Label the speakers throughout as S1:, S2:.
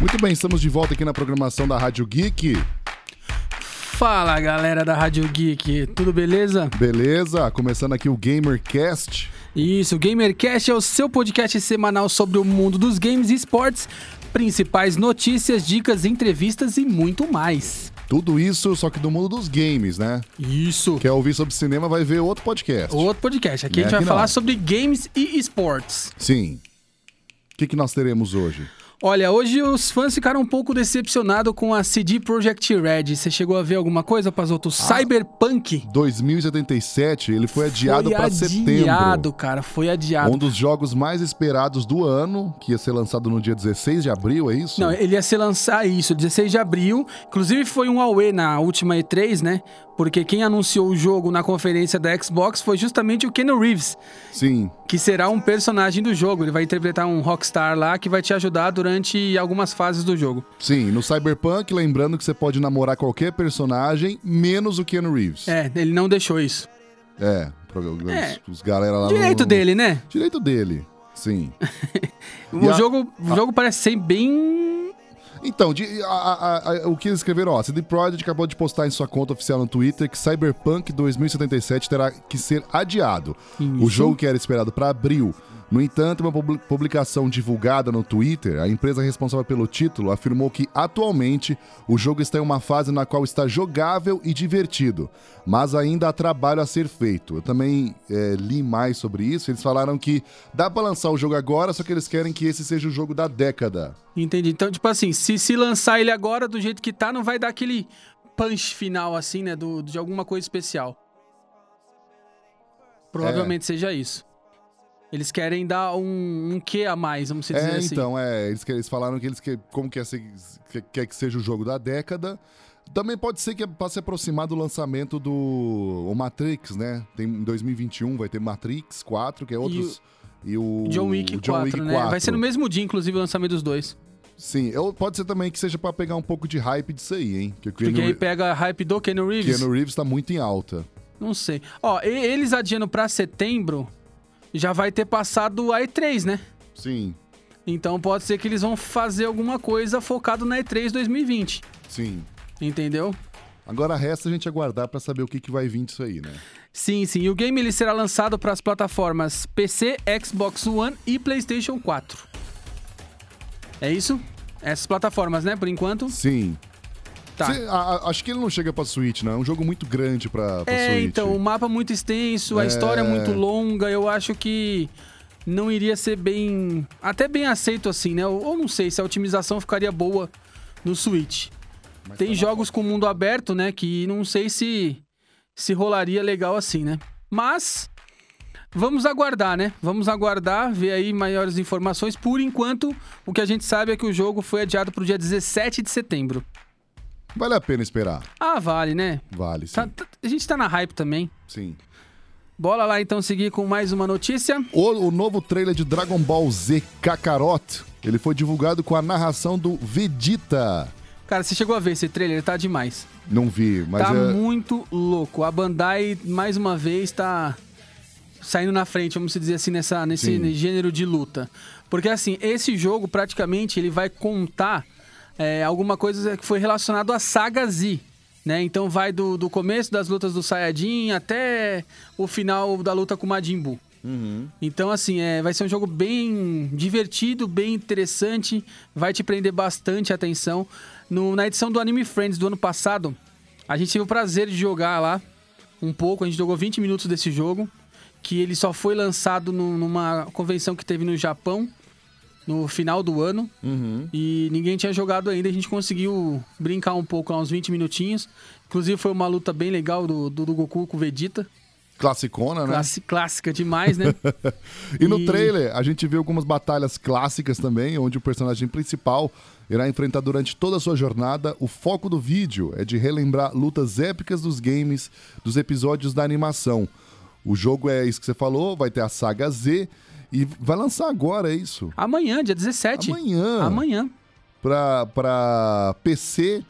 S1: Muito bem, estamos de volta aqui na programação da Rádio Geek.
S2: Fala galera da Rádio Geek, tudo beleza?
S1: Beleza? Começando aqui o GamerCast.
S2: Isso, o GamerCast é o seu podcast semanal sobre o mundo dos games e esportes, principais notícias, dicas, entrevistas e muito mais.
S1: Tudo isso, só que do mundo dos games, né?
S2: Isso.
S1: Quer ouvir sobre cinema, vai ver outro podcast.
S2: Outro podcast. Aqui
S1: Não é
S2: a gente vai
S1: que não.
S2: falar sobre games e esportes.
S1: Sim. O que, que nós teremos hoje?
S2: Olha, hoje os fãs ficaram um pouco decepcionados com a CD Projekt Red. Você chegou a ver alguma coisa, Pazoto? Cyberpunk?
S1: 2077, ele Ah. foi adiado
S2: Foi
S1: para setembro.
S2: adiado, cara. Foi adiado.
S1: Um dos jogos mais esperados do ano, que ia ser lançado no dia 16 de abril, é isso?
S2: Não, ele ia se lançar isso, 16 de abril. Inclusive foi um Aue na última E3, né? Porque quem anunciou o jogo na conferência da Xbox foi justamente o Keanu Reeves,
S1: Sim.
S2: que será um personagem do jogo. Ele vai interpretar um rockstar lá que vai te ajudar durante algumas fases do jogo.
S1: Sim, no Cyberpunk, lembrando que você pode namorar qualquer personagem, menos o Keanu Reeves.
S2: É, ele não deixou isso.
S1: É, pro- os,
S2: É.
S1: os galera lá
S2: Direito
S1: não-
S2: dele, né?
S1: Direito dele, sim. E
S2: O
S1: a-
S2: jogo, o jogo parece ser bem.
S1: Então, de- a- a- a- o que eles escreveram, ó, CD Projekt acabou de postar em sua conta oficial no Twitter que Cyberpunk 2077 terá que ser adiado. O jogo que era esperado para abril. No entanto, uma publi- publicação divulgada no Twitter, a empresa responsável pelo título afirmou que atualmente o jogo está em uma fase na qual está jogável e divertido, mas ainda há trabalho a ser feito. Eu também eh, li mais sobre isso. Eles falaram que dá pra lançar o jogo agora, só que eles querem que esse seja o jogo da década.
S2: Entendi. Então, tipo assim, se se lançar ele agora do jeito que tá, não vai dar aquele punch final, assim, né? Do, de alguma coisa especial. Provavelmente
S1: É.
S2: seja isso. Eles querem dar um, um quê a mais, vamos dizer
S1: É,
S2: assim.
S1: então, é. Eles, que- eles falaram que eles que, como quer, ser, que- quer que seja o jogo da década. Também pode ser que é pra se aproximar do lançamento do o Matrix, né? Tem, em 2021 vai ter Matrix 4, que é outros. E, o
S2: John Wick
S1: o
S2: 4, né? Vai ser no mesmo dia, inclusive, o lançamento dos dois.
S1: Sim, eu, pode ser também que seja pra pegar um pouco de hype disso aí, hein? Que o
S2: Porque
S1: Keanu,
S2: aí
S1: Re-
S2: pega a hype do Keanu Reeves.
S1: Keanu Reeves tá muito em alta.
S2: Não sei. Ó, e- eles adiando pra setembro, já vai ter passado a E3, né?
S1: Sim,
S2: Então pode ser que eles vão fazer alguma coisa focado na E3 2020,
S1: sim.
S2: entendeu?
S1: Agora resta a gente aguardar pra saber o que, que vai vir disso aí, né?
S2: Sim, sim. E o game ele será lançado para as plataformas PC, Xbox One e PlayStation 4. É isso? Essas plataformas, né? Por enquanto.
S1: Sim.
S2: Tá.
S1: Cê- a- a- acho que ele não chega pra Switch, não. É um jogo muito grande pra, pra
S2: É,
S1: Switch.
S2: então, o mapa muito extenso, a
S1: É.
S2: história muito longa, eu acho que não iria ser bem. até bem aceito assim, né? Ou, ou não sei se a otimização ficaria boa no Switch. Tem jogos com mundo aberto, né? Que não sei se se rolaria legal assim, né? Mas vamos aguardar, né? Vamos aguardar, ver aí maiores informações. Por enquanto, o que a gente sabe é que o jogo foi adiado para o dia 17 de setembro.
S1: Vale a pena esperar.
S2: Ah, vale, né?
S1: Vale, sim.
S2: Tá- tá- a gente tá na hype também.
S1: sim.
S2: Bora lá então seguir com mais uma notícia.
S1: O, o novo trailer de Dragon Ball Z Kakarot, ele foi divulgado com a narração do Vegeta.
S2: Cara, você chegou a ver esse trailer, tá demais.
S1: Não vi, mas
S2: tá
S1: é...
S2: muito louco. A Bandai, mais uma vez, tá saindo na frente, vamos dizer assim, nessa, nesse
S1: Sim.
S2: gênero de luta. Porque assim, esse jogo praticamente ele vai contar é, alguma coisa que foi relacionado à saga Z. Né? Então vai do, do começo das lutas do Saiyajin até o final da luta com o Majin Buu. Então, assim, é, vai ser um jogo bem divertido, bem interessante, vai te prender bastante a atenção. No- na edição do Anime Friends do ano passado, a gente teve o prazer de jogar lá um pouco, a gente jogou 20 minutos desse jogo, que ele só foi lançado no- numa convenção que teve no Japão, no final do ano, e ninguém tinha jogado ainda, a gente conseguiu brincar um pouco lá, uns 20 minutinhos. Inclusive, foi uma luta bem legal do, do- do Goku com o Vegeta,
S1: classicona, né?
S2: classi- clássica demais, né?
S1: E no
S2: E-
S1: trailer, a gente vê algumas batalhas clássicas também, onde o personagem principal irá enfrentar durante toda a sua jornada. O foco do vídeo é de relembrar lutas épicas dos games, dos episódios da animação. O jogo é isso que você falou, vai ter a saga Z e vai lançar agora, é isso?
S2: Amanhã, dia 17.
S1: Amanhã.
S2: Amanhã.
S1: Pra, pra PC,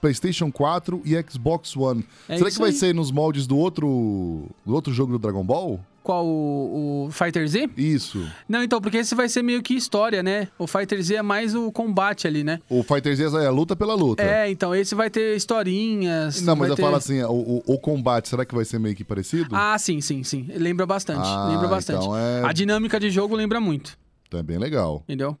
S1: PlayStation 4 e Xbox One.
S2: É
S1: Será
S2: isso
S1: que vai
S2: aí.
S1: ser nos moldes do outro, do outro jogo do Dragon Ball?
S2: Qual o, o Fighter Z?
S1: Isso.
S2: Não, então, porque esse vai ser meio que história, né? O Fighter Z é mais o combate ali, né?
S1: O Fighter Z é a luta pela luta.
S2: É, então, esse vai ter historinhas.
S1: Não, mas
S2: vai
S1: eu
S2: ter-
S1: falo assim, o, o- o combate, será que vai ser meio que parecido?
S2: Ah, sim, sim, sim. Lembra bastante.
S1: Ah,
S2: lembra bastante.
S1: então é-
S2: A dinâmica de jogo lembra muito,
S1: Então é bem legal.
S2: entendeu?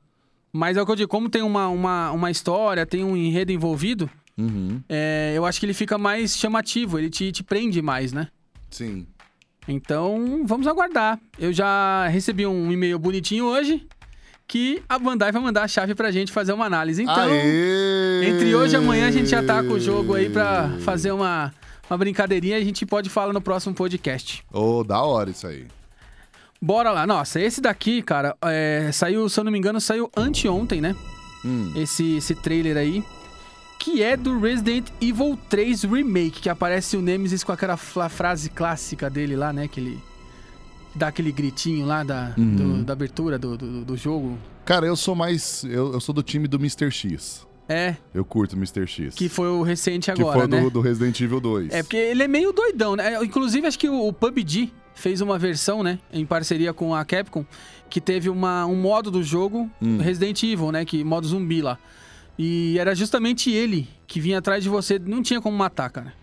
S2: Mas é o que eu digo, como tem uma, uma, uma história, tem um enredo envolvido,
S1: Uhum.
S2: é, eu acho que ele fica mais chamativo, ele te, te prende mais, né?
S1: Sim.
S2: Então, vamos aguardar. Eu já recebi um e-mail bonitinho hoje que a Bandai vai mandar a chave pra gente fazer uma análise. Então,
S1: Aê!
S2: entre hoje e amanhã a gente ataca o jogo aí pra fazer uma, uma brincadeirinha e a gente pode falar no próximo podcast.
S1: Ô, da hora isso aí.
S2: Bora lá. Nossa, esse daqui, cara, é, saiu, se eu não me engano, saiu anteontem, né?
S1: Hum.
S2: Esse, esse trailer aí. Que é do Resident Evil 3 Remake, que aparece o Nemesis com aquela fla- frase clássica dele lá, né? Que ele dá aquele gritinho lá da,
S1: Uhum.
S2: do- da abertura do, do, do jogo.
S1: Cara, eu sou mais. Eu, eu sou do time do Mr. X.
S2: É,
S1: Eu curto o Mr. X.
S2: que foi o recente
S1: Que
S2: agora,
S1: foi
S2: né?
S1: do, do Resident Evil 2.
S2: É, porque ele é meio doidão, né? Eu, Inclusive, acho que o, o PUBG fez uma versão, né? Em parceria com a Capcom, que teve uma, um modo do jogo Resident Evil, né? Que modo zumbi lá. E era justamente ele que vinha atrás de você, não tinha como matar, cara.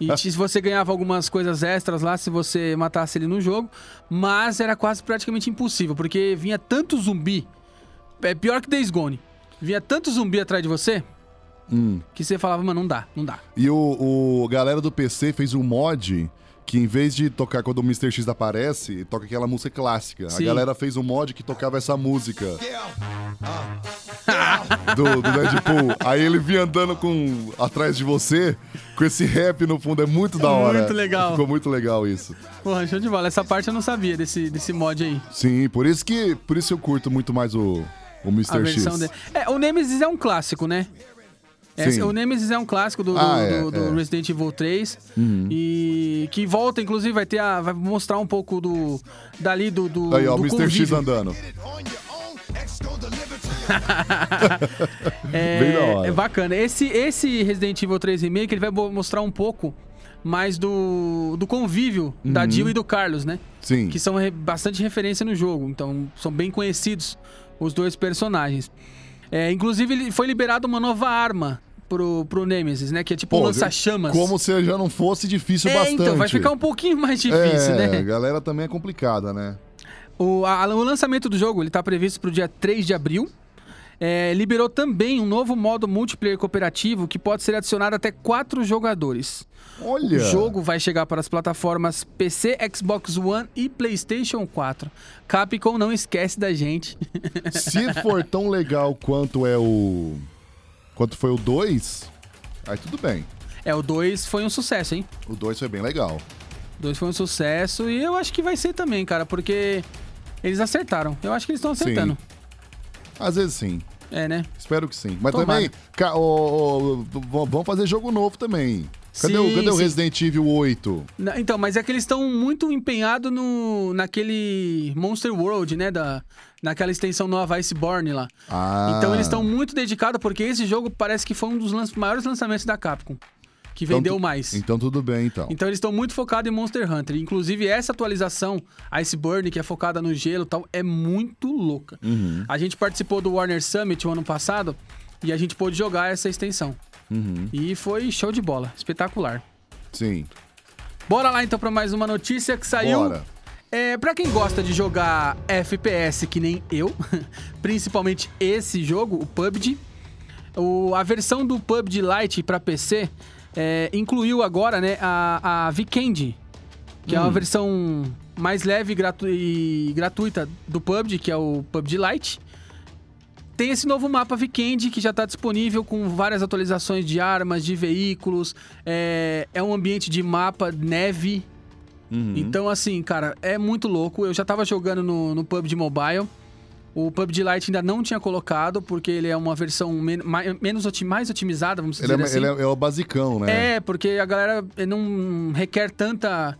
S2: e se você ganhava algumas coisas extras lá, se você matasse ele no jogo, mas era quase praticamente impossível, porque vinha tanto zumbi. É pior que Days Gone. Vinha tanto zumbi atrás de você
S1: Hum.
S2: que você falava, mano, não dá, não dá.
S1: E o, o galera do PC fez um mod que em vez de tocar quando o Mr. X aparece, toca aquela música clássica.
S2: Sim.
S1: A galera fez um mod que tocava essa música. Do, do Deadpool. Aí ele vinha andando com atrás de você com esse rap no fundo. É muito da hora.
S2: Muito legal.
S1: Ficou muito legal isso.
S2: Porra, show de bola. Essa parte eu não sabia desse, desse mod aí.
S1: Sim, por isso que por isso eu curto muito mais o, o
S2: A
S1: Mr. X.
S2: versão dele. É, o Nemesis é um clássico, né? É,
S1: Sim.
S2: o Nemesis é um clássico do, do-
S1: Ah, é,
S2: do- do
S1: é. Uhum.
S2: Resident Evil 3. E que volta, inclusive, vai ter a. Vai mostrar um pouco do. Dali do. do
S1: Aí, ó, o
S2: do
S1: Mr. X
S2: convívio.
S1: andando.
S2: É,
S1: Bem da hora.
S2: é bacana. Esse, esse Resident Evil 3 Remake, ele vai bo- mostrar um pouco mais do, do convívio da
S1: Uhum.
S2: Jill e do Carlos, né?
S1: Sim.
S2: que são re- bastante referência no jogo, então são bem conhecidos os dois personagens. É, inclusive, ele- foi liberada uma nova arma pro, pro Nemesis, né? Que é tipo um
S1: Pô,
S2: lança-chamas.
S1: Como se já não fosse difícil
S2: é,
S1: bastante.
S2: então, vai ficar um pouquinho mais difícil,
S1: é, A
S2: né?
S1: galera também é complicada, né?
S2: O, a- o lançamento do jogo ele tá previsto pro dia 3 de abril. É, liberou também um novo modo multiplayer cooperativo que pode ser adicionado até quatro jogadores.
S1: Olha.
S2: O jogo vai chegar para as plataformas PC, Xbox One e PlayStation 4. Capcom não esquece da gente.
S1: Se for tão legal quanto é o. Quanto foi o 2, aí tudo bem.
S2: É, o 2 foi um sucesso, hein?
S1: O 2 foi bem legal.
S2: O 2 foi um sucesso e eu acho que vai ser também, cara, porque eles acertaram. Eu acho que eles estão acertando.
S1: Às vezes sim.
S2: É, né?
S1: Espero que sim. Mas
S2: Tomara.
S1: também, ca- ô, ô, v- vamos fazer jogo novo também. Cadê, o,
S2: Sim,
S1: cadê o
S2: sim.
S1: Resident Evil 8?
S2: Na- Então, mas é que eles estão muito empenhados no, naquele Monster World, né? Da, naquela extensão nova Iceborne lá.
S1: Ah.
S2: Então eles estão muito dedicados porque esse jogo parece que foi um dos lan- maiores lançamentos da Capcom. Que vendeu
S1: tu-
S2: mais.
S1: Então tudo bem, então.
S2: Então eles estão muito focados em Monster Hunter. Inclusive, essa atualização, Iceborne, que é focada no gelo e tal, é muito louca. A gente participou do Warner Summit o ano passado e a gente pôde jogar essa extensão. E foi show de bola, espetacular.
S1: Sim.
S2: Bora lá então pra mais uma notícia que saiu.
S1: Bora.
S2: É, para quem gosta de jogar FPS que nem eu, principalmente esse jogo, o PUBG, o- a versão do PUBG Lite pra PC é, incluiu agora né, a, a Vikendi, que é uma versão mais leve e gratu- e gratuita do PUBG, que é o PUBG Lite. Tem esse novo mapa Vikendi que já está disponível com várias atualizações de armas, de veículos. É, é um ambiente de mapa, neve.
S1: Uhum.
S2: Então, assim, cara, é muito louco. Eu já tava jogando no, no PUBG Mobile. O PUBG Lite ainda não tinha colocado, porque ele é uma versão men- mai- menos oti- mais otimizada, vamos
S1: Ele
S2: dizer
S1: é,
S2: assim.
S1: ele é- é o basicão, né?
S2: É, porque a galera eh, não requer tanta.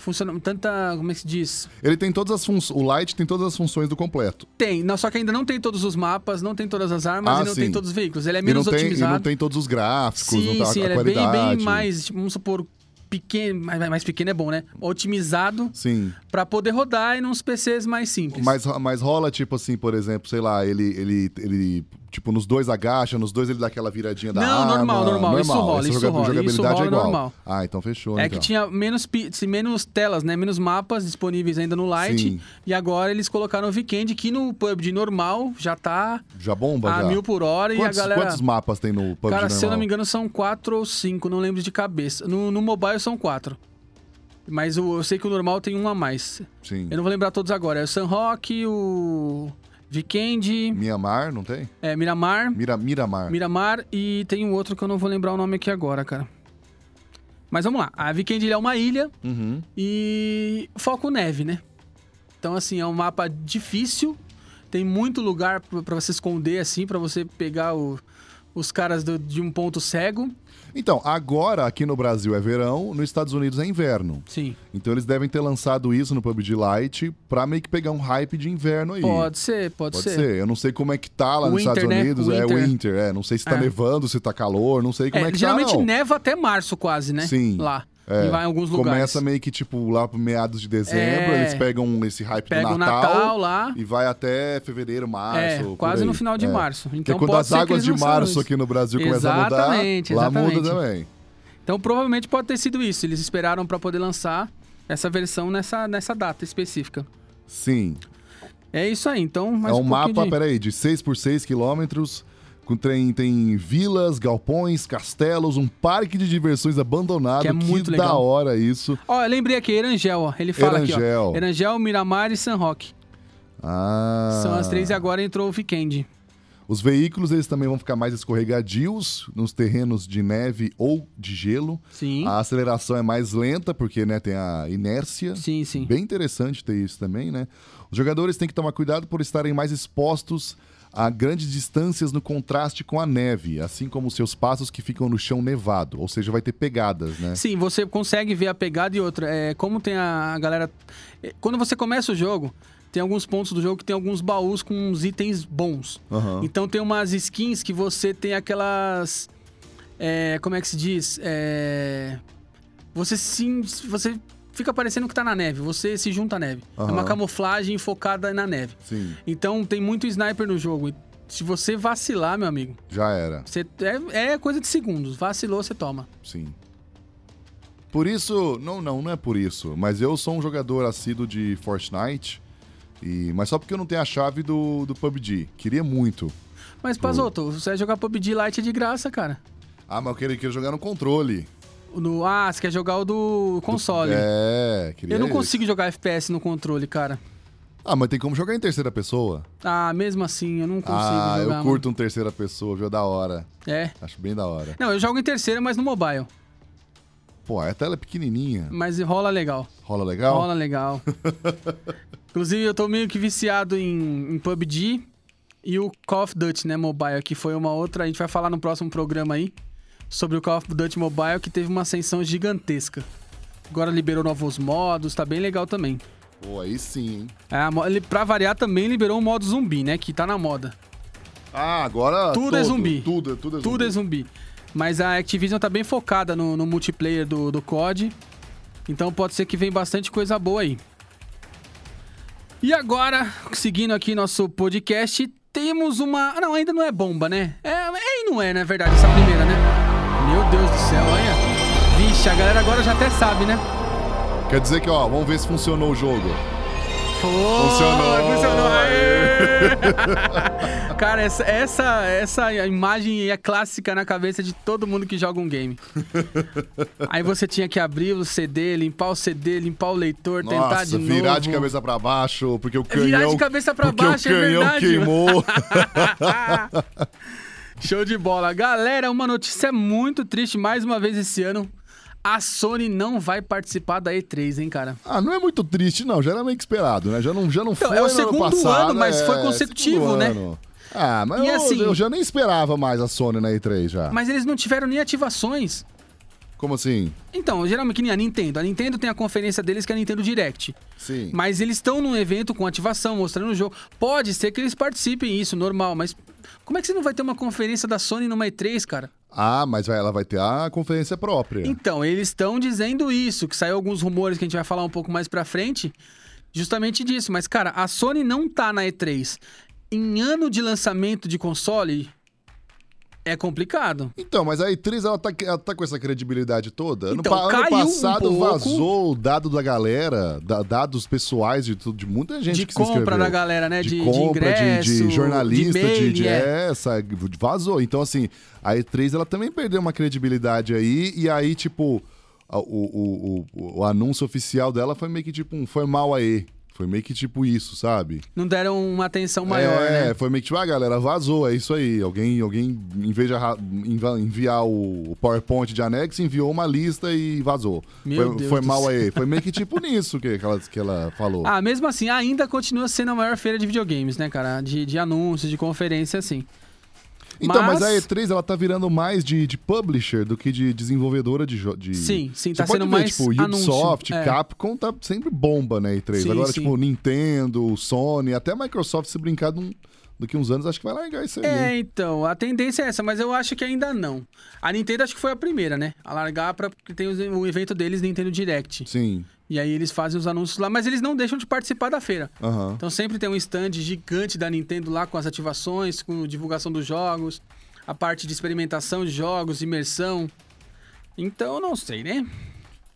S2: Funciona, tanta. Como é que se diz?
S1: Ele tem todas as funções. O Light tem todas as funções do completo.
S2: Tem, não, só que ainda não tem todos os mapas, não tem todas as armas
S1: Ah,
S2: e não
S1: sim.
S2: tem todos os veículos. Ele é
S1: E não,
S2: menos
S1: tem, e
S2: otimizado.
S1: não tem todos os gráficos,
S2: Sim,
S1: não tá a-
S2: sim,
S1: a
S2: ele é bem,
S1: qualidade.
S2: bem mais, tipo, vamos supor, pequeno, mais, mais pequeno é bom, né? Otimizado
S1: Sim.
S2: pra poder rodar em uns PCs mais simples.
S1: Mas, mas rola, tipo assim, por exemplo, sei lá, ele, ele, ele, tipo, nos dois agacha, nos dois ele dá aquela viradinha da
S2: Não,
S1: arma.
S2: normal, normal, isso rola,
S1: Essa
S2: isso
S1: joga-
S2: rola, isso
S1: jogabilidade
S2: rola
S1: é igual.
S2: normal.
S1: Ah, então fechou,
S2: É
S1: então.
S2: que tinha menos, pi- menos telas, né? Menos mapas disponíveis ainda no Lite.
S1: Sim.
S2: E agora eles colocaram o Weekend, que no PUBG normal já tá
S1: Já bomba,
S2: a
S1: já?
S2: mil por hora
S1: quantos,
S2: e a galera...
S1: quantos mapas tem no PUBG
S2: Cara, se eu não
S1: normal?
S2: me engano, são quatro ou cinco, não lembro de cabeça. No, no mobile são quatro. Mas o- eu sei que o normal tem um a mais.
S1: Sim.
S2: Eu não vou lembrar todos agora. É o San Roque, o Weekend,
S1: Mianmar, não tem?
S2: é, Miramar,
S1: Mira, Miramar.
S2: Miramar e tem um outro que eu não vou lembrar o nome aqui agora, cara. Mas vamos lá. A Weekend ele é uma ilha
S1: Uhum.
S2: e foco neve, né? Então, assim, é um mapa difícil. Tem muito lugar pra pra você esconder, assim, pra você pegar o- os caras do- de um ponto cego.
S1: Então, agora aqui no Brasil é verão, nos Estados Unidos é inverno.
S2: Sim.
S1: Então eles devem ter lançado isso no PUBG Lite pra meio que pegar um hype de inverno aí.
S2: Pode ser, pode,
S1: Pode
S2: ser.
S1: ser. Eu não sei como é que tá lá nos
S2: Winter,
S1: Estados
S2: né?
S1: Unidos. É
S2: Winter.
S1: winter, é. Não sei se tá
S2: É.
S1: nevando, se tá calor, não sei como é,
S2: É,
S1: que
S2: geralmente
S1: tá. não.
S2: neva até março, quase, né?
S1: Sim.
S2: Lá.
S1: É,
S2: E vai em alguns lugares.
S1: Começa meio que tipo lá pro meados de dezembro,
S2: É.
S1: eles pegam esse hype
S2: Pega
S1: do
S2: o
S1: Natal,
S2: Natal lá.
S1: e vai até fevereiro, março.
S2: é,
S1: por
S2: quase
S1: aí.
S2: no final de
S1: É.
S2: março.
S1: Que é
S2: Então
S1: quando
S2: pode
S1: as
S2: ser que
S1: águas
S2: eles
S1: de
S2: lançaram
S1: março
S2: isso.
S1: aqui no Brasil começam a mudar,
S2: Exatamente,
S1: lá muda
S2: exatamente.
S1: também.
S2: Então provavelmente pode ter sido isso. Eles esperaram pra poder lançar essa versão nessa, nessa data específica.
S1: Sim.
S2: É isso aí. Então,
S1: é
S2: mais
S1: um,
S2: um, pouquinho
S1: mapa,
S2: de-
S1: peraí, de 6 por 6 quilômetros. Com tem, tem vilas, galpões, castelos, um parque de diversões abandonado.
S2: Que é muito
S1: da
S2: legal.
S1: hora isso.
S2: Ó, eu lembrei aqui, Erangel, ó. Ele fala aqui,
S1: Erangel.
S2: ó. Erangel, Miramar e San Roque.
S1: Ah.
S2: São as três e agora entrou o Weekend.
S1: Os veículos eles também vão ficar mais escorregadios nos terrenos de neve ou de gelo.
S2: Sim.
S1: A aceleração é mais lenta porque né, tem a inércia.
S2: Sim, sim.
S1: Bem interessante ter isso também, né? Os jogadores têm que tomar cuidado por estarem mais expostos a grandes distâncias no contraste com a neve, assim como seus passos que ficam no chão nevado, ou seja, vai ter pegadas, né?
S2: Sim, você consegue ver a pegada e outra. É, como tem a, a galera. é, Quando você começa o jogo, tem alguns pontos do jogo que tem alguns baús com uns itens bons.
S1: Aham.
S2: Então tem umas skins que você tem aquelas. é, como é que se diz? É, você sim. Você fica parecendo que tá na neve, você se junta à neve. É uma
S1: Aham.
S2: camuflagem focada na neve.
S1: Sim,
S2: Então tem muito sniper no jogo. e Se você vacilar, meu amigo,
S1: já era.
S2: você, é, é coisa de segundos. Vacilou, você toma.
S1: Sim. Por isso, não, não, não é por isso, mas eu sou um jogador assíduo de Fortnite. E, mas só porque eu não tenho a chave do, do PUBG. Queria muito.
S2: Mas, Pazoto, você vai jogar PUBG Lite é de graça, cara.
S1: Ah, mas eu queria, queria jogar no controle.
S2: No, ah, você quer jogar o do console.
S1: É, queria.
S2: Eu não
S1: esse.
S2: consigo jogar FPS no controle, cara.
S1: Ah, mas tem como jogar em terceira pessoa?
S2: Ah, mesmo assim, eu não consigo
S1: ah,
S2: jogar.
S1: eu
S2: mano.
S1: curto um terceira pessoa, viu? Da hora.
S2: É.
S1: Acho bem da hora.
S2: Não, eu jogo em terceira, mas no mobile.
S1: Pô, a tela é pequenininha.
S2: Mas rola legal.
S1: Rola legal?
S2: Rola legal. Inclusive, eu tô meio que viciado em, em PUBG e o Call of Duty, né, mobile, que foi uma outra. A gente vai falar no próximo programa aí sobre o Call of Duty Mobile, que teve uma ascensão gigantesca. Agora liberou novos modos, tá bem legal também.
S1: Pô, aí sim, hein?
S2: Ah, mo- ele, pra variar, também liberou o modo zumbi, né? Que tá na moda.
S1: Ah, agora.
S2: Tudo é zumbi.
S1: Tudo, tudo é zumbi.
S2: Tudo é zumbi. Mas a Activision tá bem focada no, no multiplayer do, do COD. Então pode ser que vem bastante coisa boa aí. E agora, seguindo aqui nosso podcast, temos uma. Ah, Não, ainda não é bomba, né? É, é e não é, na verdade, essa primeira, né? Meu Deus do céu, olha. Vixe, a galera agora já até sabe, né?
S1: Quer dizer que, ó, vamos ver se funcionou o jogo.
S2: Foi,
S1: Funcionou.
S2: Funcionou! Aê! Cara, essa, essa, essa imagem é clássica na cabeça de todo mundo que joga um game. Aí você tinha que abrir o CD, limpar o CD, limpar o leitor, tentar
S1: Nossa,
S2: de novo. É
S1: virar de cabeça pra baixo, porque o canhão.
S2: Virar de cabeça pra
S1: porque
S2: baixo,
S1: o
S2: é
S1: canhão
S2: verdade.
S1: queimou.
S2: Show de bola. Galera, uma notícia muito triste mais uma vez esse ano. A Sony não vai participar da E3, hein, cara?
S1: ah, não é muito triste, não. Já era meio que esperado, né? Já não, já não
S2: Então,
S1: foi
S2: é o
S1: no ano
S2: segundo
S1: passado,
S2: ano,
S1: é,
S2: mas foi
S1: segundo
S2: consecutivo, né?
S1: ano. Ah, mas
S2: E
S1: eu,
S2: assim-
S1: eu já nem esperava mais a Sony na E3 já.
S2: Mas eles não tiveram nem ativações.
S1: Como assim?
S2: Então, geralmente que nem a Nintendo. A Nintendo tem a conferência deles que é a Nintendo Direct.
S1: Sim.
S2: Mas eles estão num evento com ativação, mostrando o jogo. Pode ser que eles participem isso, normal, mas como é que você não vai ter uma conferência da Sony numa E3, cara?
S1: Ah, mas vai- ela vai ter a conferência própria.
S2: Então, eles estão dizendo isso, que saiu alguns rumores que a gente vai falar um pouco mais pra frente, justamente disso. Mas, cara, a Sony não tá na E3. Em ano de lançamento de console, é complicado.
S1: Então, mas a E3, ela tá, ela tá com essa credibilidade toda?
S2: Então,
S1: ano, pa- ano
S2: caiu um
S1: passado
S2: pouco.
S1: vazou o dado da galera, da- dados pessoais de, tudo- de muita gente
S2: de
S1: que se
S2: compra
S1: inscreveu.
S2: da galera, né?
S1: de,
S2: De, de
S1: compra, de-
S2: ingresso,
S1: de, jornalista, de,
S2: e-mail,
S1: de-
S2: é.
S1: é, essa- vazou. Então, assim, a E3 ela também perdeu uma credibilidade aí, e aí, tipo, a- o, o- o- o anúncio oficial dela foi meio que tipo um foi mal aí. Foi meio que tipo isso, sabe?
S2: Não deram uma atenção maior,
S1: é,
S2: né?
S1: foi meio que tipo, ah, galera, vazou, é isso aí. Alguém, alguém em vez de arra- enva- enviar o PowerPoint de anexo, enviou uma lista e vazou.
S2: Meu
S1: foi
S2: Deus
S1: foi
S2: do
S1: mal
S2: céu.
S1: aí. Foi meio que tipo nisso que, que ela, que ela falou.
S2: Ah, mesmo assim, ainda continua sendo a maior feira de videogames, né, cara? De, de anúncios, de conferência, assim.
S1: Então, mas...
S2: Mas-
S1: a E3 ela tá virando mais de, de publisher do que de desenvolvedora de jo- de
S2: Sim, sim, tá
S1: Você pode
S2: sendo
S1: ver,
S2: mais
S1: tipo, Ubisoft,
S2: anúncio, é.
S1: Capcom tá sempre bomba na E3.
S2: Sim,
S1: Agora
S2: sim.
S1: tipo Nintendo, Sony, até Microsoft se brincar de um- daqui uns anos acho que vai largar isso aí. hein?
S2: É, então, a tendência é essa, mas eu acho que ainda não. A Nintendo acho que foi a primeira, né? A largar pra, porque tem os- o evento deles, Nintendo Direct.
S1: Sim.
S2: E aí eles fazem os anúncios lá, mas eles não deixam de participar da feira.
S1: Aham.
S2: Então sempre tem um stand gigante da Nintendo lá com as ativações, com divulgação dos jogos, a parte de experimentação de jogos, imersão. Então, não sei, né?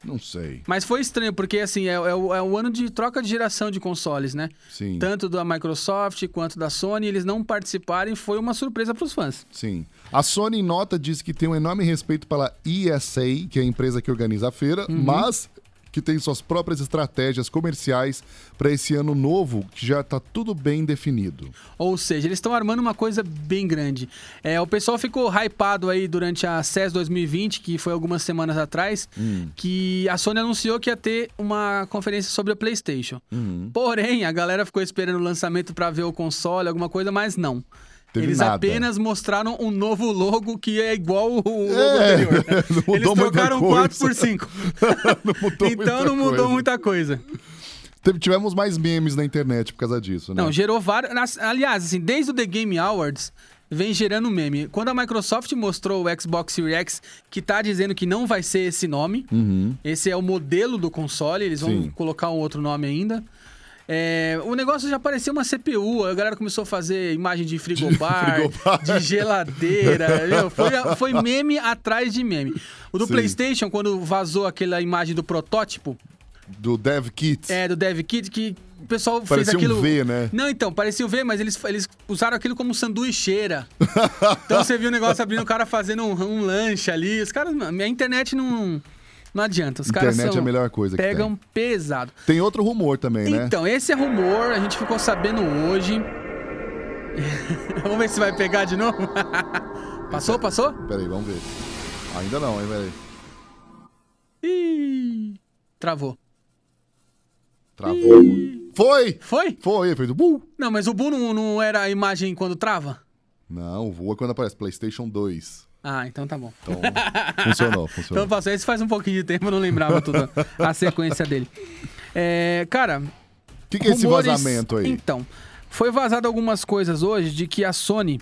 S1: Não sei.
S2: Mas foi estranho, porque assim, é, é o, é o ano de troca de geração de consoles, né?
S1: Sim.
S2: Tanto da Microsoft quanto da Sony, eles não participarem foi uma surpresa pros fãs.
S1: Sim. A Sony em nota diz que tem um enorme respeito pela ESA, que é a empresa que organiza a feira,
S2: Uhum.
S1: mas que tem suas próprias estratégias comerciais para esse ano novo, que já tá tudo bem definido.
S2: Ou seja, eles estão armando uma coisa bem grande. É, o pessoal ficou hypado aí durante a CES 2020, que foi algumas semanas atrás,
S1: Hum.
S2: que a Sony anunciou que ia ter uma conferência sobre a PlayStation.
S1: Uhum.
S2: Porém, a galera ficou esperando o lançamento para ver o console, alguma coisa, mas não.
S1: Teve
S2: Eles
S1: nada.
S2: apenas mostraram um novo logo que é igual o logo
S1: É,
S2: anterior. né?
S1: não mudou
S2: Eles
S1: muita
S2: trocaram
S1: coisa.
S2: 4 por 5.
S1: Não mudou
S2: então não mudou muita coisa.
S1: Teve- Tivemos mais memes na internet por causa disso, né?
S2: Não, gerou vários. nas- Aliás, assim, desde o The Game Awards vem gerando meme. Quando a Microsoft mostrou o Xbox Series X, que tá dizendo que não vai ser esse nome, esse é o modelo do console, eles vão
S1: Uhum. Sim.
S2: colocar um outro nome ainda. É, o negócio já parecia uma CPU, a galera começou a fazer imagem de frigobar, de,
S1: frigobar.
S2: geladeira. meu, foi, a- foi meme atrás de meme. O do
S1: Sim.
S2: PlayStation, quando vazou aquela imagem do protótipo,
S1: Do Dev Kits.
S2: é, do Dev Kit, que o pessoal
S1: Parecia
S2: fez
S1: um
S2: aquilo.
S1: V, né?
S2: Não, então, parecia o V, mas eles, eles usaram aquilo como sanduicheira. então você viu o negócio abrindo, o cara fazendo um, um lanche ali. Os caras, mano, a internet não. Não adianta. Os caras
S1: Internet
S2: são-
S1: é a melhor coisa que
S2: Pegam pesado.
S1: Tem outro rumor também, né?
S2: Então, esse é rumor, a gente ficou sabendo hoje. Vamos ver se vai pegar de novo. passou, passou?
S1: Peraí, vamos ver. Ainda não, hein, peraí.
S2: Ih, travou.
S1: Travou. Foi!
S2: Foi?
S1: Foi, fez o bull.
S2: Não, mas o Bu não, não era a imagem quando trava?
S1: Não, voa quando aparece PlayStation 2.
S2: Ah, então tá bom.
S1: Então, funcionou, funcionou.
S2: Então passou. Esse faz um pouquinho de tempo, eu não lembrava toda a sequência dele. É, cara,
S1: O que, que é esse
S2: rumores-
S1: vazamento aí?
S2: Então, foi vazado algumas coisas hoje de que a Sony,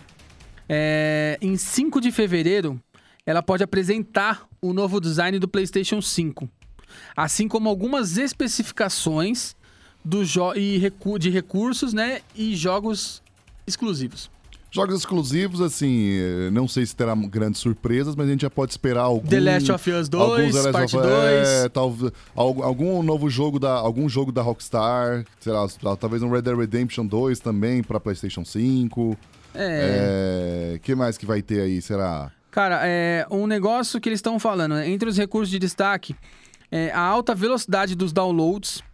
S2: é, em 5 de fevereiro, ela pode apresentar o novo design do PlayStation 5. Assim como algumas especificações do jo- e recu- de recursos né, e jogos exclusivos.
S1: Jogos exclusivos, assim, eh, não sei se terá grandes surpresas, mas a gente já pode esperar algum...
S2: The Last of Us 2,
S1: alguns The Last
S2: parte
S1: of-
S2: 2.
S1: É, talvez algum, algum novo jogo da, algum jogo da Rockstar, sei lá, talvez um Red Dead Redemption 2 também pra PlayStation 5.
S2: É,
S1: É. que mais que vai ter aí, será?
S2: Cara, é um negócio que eles estão falando, né? entre os recursos de destaque, é a alta velocidade dos downloads,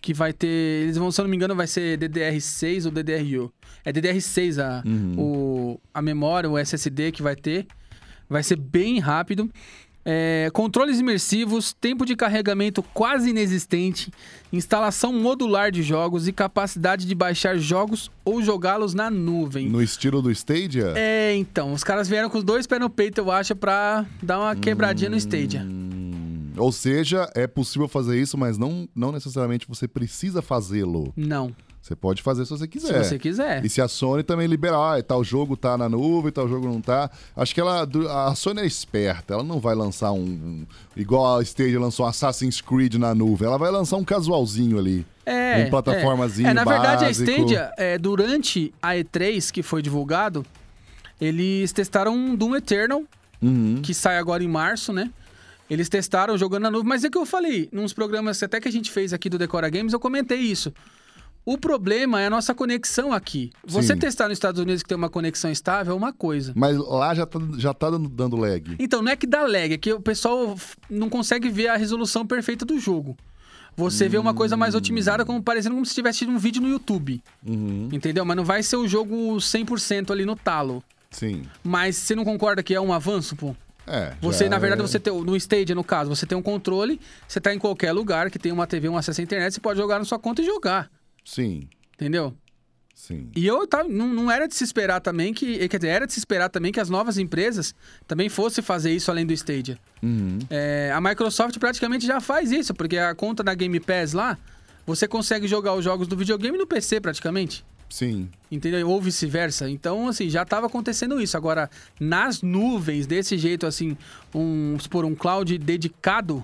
S2: que vai ter, eles vão, se eu não me engano, vai ser DDR6 ou DDR-U. É DDR6 a, o, a memória, o SSD que vai ter. Vai ser bem rápido. É, controles imersivos, tempo de carregamento quase inexistente, instalação modular de jogos e capacidade de baixar jogos ou jogá-los na nuvem.
S1: No estilo do Stadia?
S2: É, então, os caras vieram com os dois pés no peito, eu acho, pra dar uma quebradinha no Stadia.
S1: Hum, ou seja, é possível fazer isso, mas não, não necessariamente você precisa fazê-lo.
S2: Não.
S1: Você pode fazer se você quiser.
S2: Se você
S1: É.
S2: quiser.
S1: E se a Sony também liberar, ah, tal jogo tá na nuvem, tal jogo não tá. Acho que ela a Sony é esperta, ela não vai lançar um, um- igual a Stage lançou um Assassin's Creed na nuvem, ela vai lançar um casualzinho ali.
S2: É,
S1: um plataformazinho
S2: É, é na verdade,
S1: básico.
S2: a Stadia, é, durante a E3 que foi divulgado, eles testaram um Doom Eternal,
S1: Uhum.
S2: que sai agora em março, né? Eles testaram jogando na nuvem, mas é que eu falei, nos programas até que a gente fez aqui do Decora Games, eu comentei isso. O problema é a nossa conexão aqui. Você
S1: Sim.
S2: testar nos Estados Unidos que tem uma conexão estável é uma coisa.
S1: Mas lá já tá, já tá dando, dando lag.
S2: Então, não é que dá lag, é que o pessoal f- não consegue ver a resolução perfeita do jogo. Você vê uma coisa mais otimizada, como parecendo como se tivesse tido um vídeo no YouTube.
S1: Uhum.
S2: Entendeu? Mas não vai ser o jogo 100% ali no talo.
S1: Sim.
S2: Mas você não concorda que é um avanço, pô?
S1: É.
S2: Você,
S1: já
S2: na verdade,
S1: é-
S2: você tem. No Stadia, no caso, você tem um controle, você tá em qualquer lugar que tem uma TV, um acesso à internet, você pode jogar na sua conta e jogar.
S1: Sim,
S2: Entendeu?
S1: sim.
S2: E eu tava, não, não era de se esperar também que. Quer dizer, era de se esperar também que as novas empresas também fossem fazer isso além do Stadia.
S1: Uhum.
S2: É, a Microsoft praticamente já faz isso, porque a conta da Game Pass lá, você consegue jogar os jogos do videogame no PC praticamente.
S1: Sim.
S2: Entendeu? Ou vice-versa. Então, assim, já estava acontecendo isso. Agora, nas nuvens, desse jeito, assim, um, por um cloud dedicado,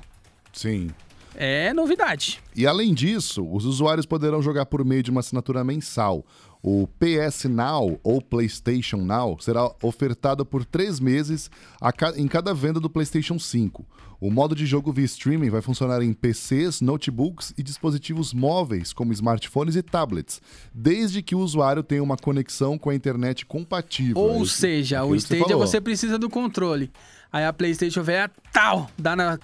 S1: Sim.
S2: é novidade.
S1: E além disso, os usuários poderão jogar por meio de uma assinatura mensal. O PS Now ou PlayStation Now será ofertado por três meses a ca- em cada venda do PlayStation 5. O modo de jogo via streaming vai funcionar em PCs, notebooks e dispositivos móveis, como smartphones e tablets, desde que o usuário tenha uma conexão com a internet compatível. É
S2: Ou
S1: isso-
S2: seja, o
S1: aquilo que você
S2: Stadia
S1: falou.
S2: você precisa do controle. Aí a PlayStation vem, tal, dá na-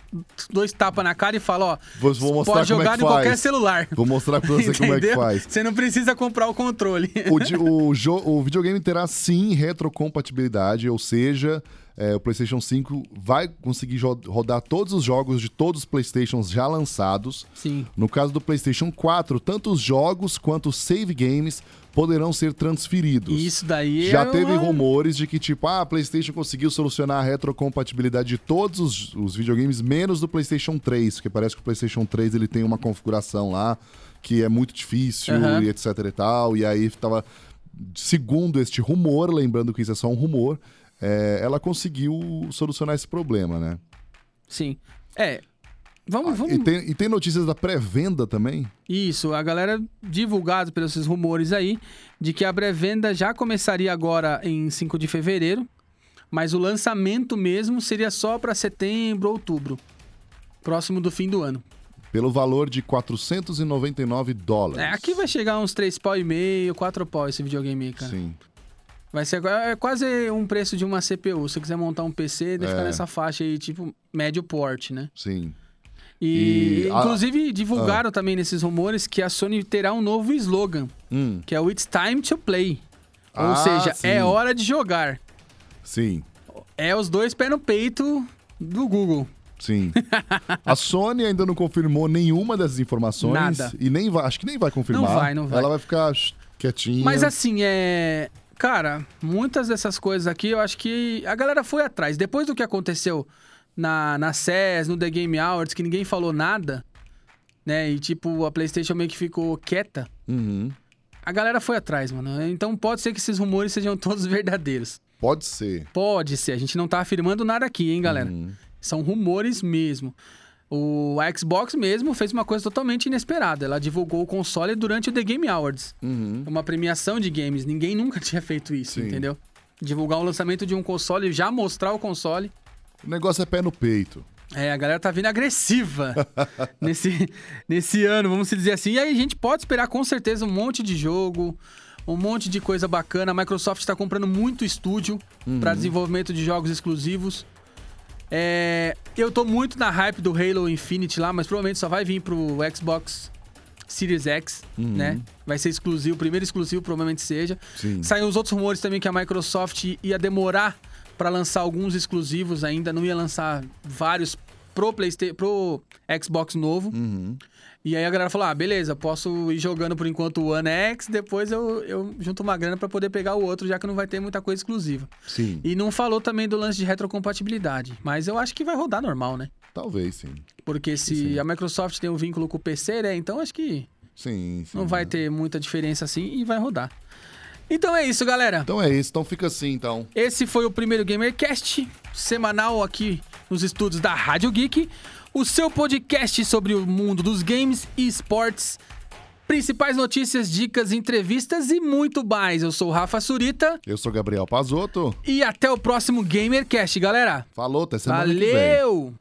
S2: dois tapas na cara e fala, ó,
S1: Vou- vou mostrar
S2: pode
S1: como é
S2: jogar
S1: que
S2: em qualquer
S1: faz.
S2: celular.
S1: Vou mostrar pra você como é que
S2: Entendeu?
S1: faz.
S2: Você não precisa comprar o controle.
S1: O, di- o jo- o videogame terá sim retrocompatibilidade, ou seja, é, o PlayStation 5 vai conseguir jo- rodar todos os jogos de todos os PlayStations já lançados.
S2: Sim.
S1: No caso do PlayStation 4, tanto os jogos quanto os save games poderão ser transferidos.
S2: E isso daí
S1: Já
S2: é
S1: teve
S2: uma-
S1: rumores de que, tipo, ah, a PlayStation conseguiu solucionar a retrocompatibilidade de todos os, os videogames, menos do PlayStation 3, porque parece que o PlayStation 3 ele tem uma configuração lá que é muito difícil
S2: Aham.
S1: e etc e tal. E aí tava. Segundo este rumor, lembrando que isso é só um rumor, é, ela conseguiu solucionar esse problema, né?
S2: Sim. É. Vamos, vamos.
S1: E tem, e tem notícias da pré-venda também?
S2: Isso, a galera divulgado pelos esses rumores aí de que a pré-venda já começaria agora em 5 de fevereiro, mas o lançamento mesmo seria só para setembro, outubro, próximo do fim do ano.
S1: Pelo valor de 499 dólares.
S2: É, aqui vai chegar uns 3 pau e meio, 4 pau esse videogame aí, cara.
S1: Sim.
S2: Vai ser agora- é quase um preço de uma CPU, se você quiser montar um PC, deve
S1: É.
S2: ficar nessa faixa aí, tipo médio porte, né?
S1: Sim.
S2: E,
S1: E a- Ah.
S2: inclusive divulgaram também nesses rumores que a Sony terá um novo slogan.
S1: Hum,
S2: que é o It's Time to Play. Ou
S1: Ah,
S2: seja,
S1: sim.
S2: é hora de jogar.
S1: sim.
S2: É os dois pés no peito do Google.
S1: Sim. A Sony ainda não confirmou nenhuma dessas informações.
S2: Nada.
S1: E nem vai, acho que nem vai confirmar.
S2: Não vai, não vai.
S1: Ela vai ficar sh, quietinha.
S2: Mas assim, é. Cara, muitas dessas coisas aqui eu acho que a galera foi atrás. Depois do que aconteceu na, na SES, no The Game Awards, que ninguém falou nada, né? E tipo, a PlayStation meio que ficou quieta.
S1: Uhum.
S2: A galera foi atrás, mano. Então pode ser que esses rumores sejam todos verdadeiros.
S1: Pode ser.
S2: Pode ser. A gente não tá afirmando nada aqui, hein, galera?
S1: Uhum.
S2: São rumores mesmo. O a Xbox mesmo fez uma coisa totalmente inesperada. Ela divulgou o console durante o The Game Awards.
S1: Uhum.
S2: Uma premiação de games. Ninguém nunca tinha feito isso,
S1: Sim.
S2: entendeu? Divulgar o lançamento de um console e já mostrar o console.
S1: O negócio é pé no peito.
S2: É, a galera tá vindo agressiva nesse, nesse ano, vamos se dizer assim. E aí a gente pode esperar com certeza um monte de jogo, um monte de coisa bacana. A Microsoft está comprando muito estúdio pra para desenvolvimento de jogos exclusivos. É, eu tô muito na hype do Halo Infinite lá, mas provavelmente só vai vir pro Xbox Series X,
S1: Uhum.
S2: né? Vai ser exclusivo, primeiro exclusivo provavelmente seja.
S1: Sim.
S2: Saiu os outros rumores também que a Microsoft ia demorar para lançar alguns exclusivos ainda, não ia lançar vários pro PlayStation, pro Xbox novo.
S1: Uhum.
S2: E aí a galera falou: "Ah, beleza, posso ir jogando por enquanto o One X, depois eu, eu junto uma grana para poder pegar o outro, já que não vai ter muita coisa exclusiva".
S1: Sim.
S2: E não falou também do lance de retrocompatibilidade, mas eu acho que vai rodar normal, né?
S1: Talvez sim.
S2: Porque se a Microsoft tem um vínculo com o PC, né? Então acho que
S1: Sim, sim.
S2: Não vai ter muita diferença assim e vai rodar. Então é isso, galera.
S1: Então é isso, então fica assim então.
S2: Esse foi o primeiro GamerCast semanal aqui nos estúdios da Rádio Geek. O seu podcast sobre o mundo dos games e esportes. Principais notícias, dicas, entrevistas e muito mais. Eu sou o Rafa Surita
S1: Eu sou Gabriel Pazotto.
S2: e até o próximo GamerCast, galera.
S1: Falou, até semana que vem.
S2: Valeu!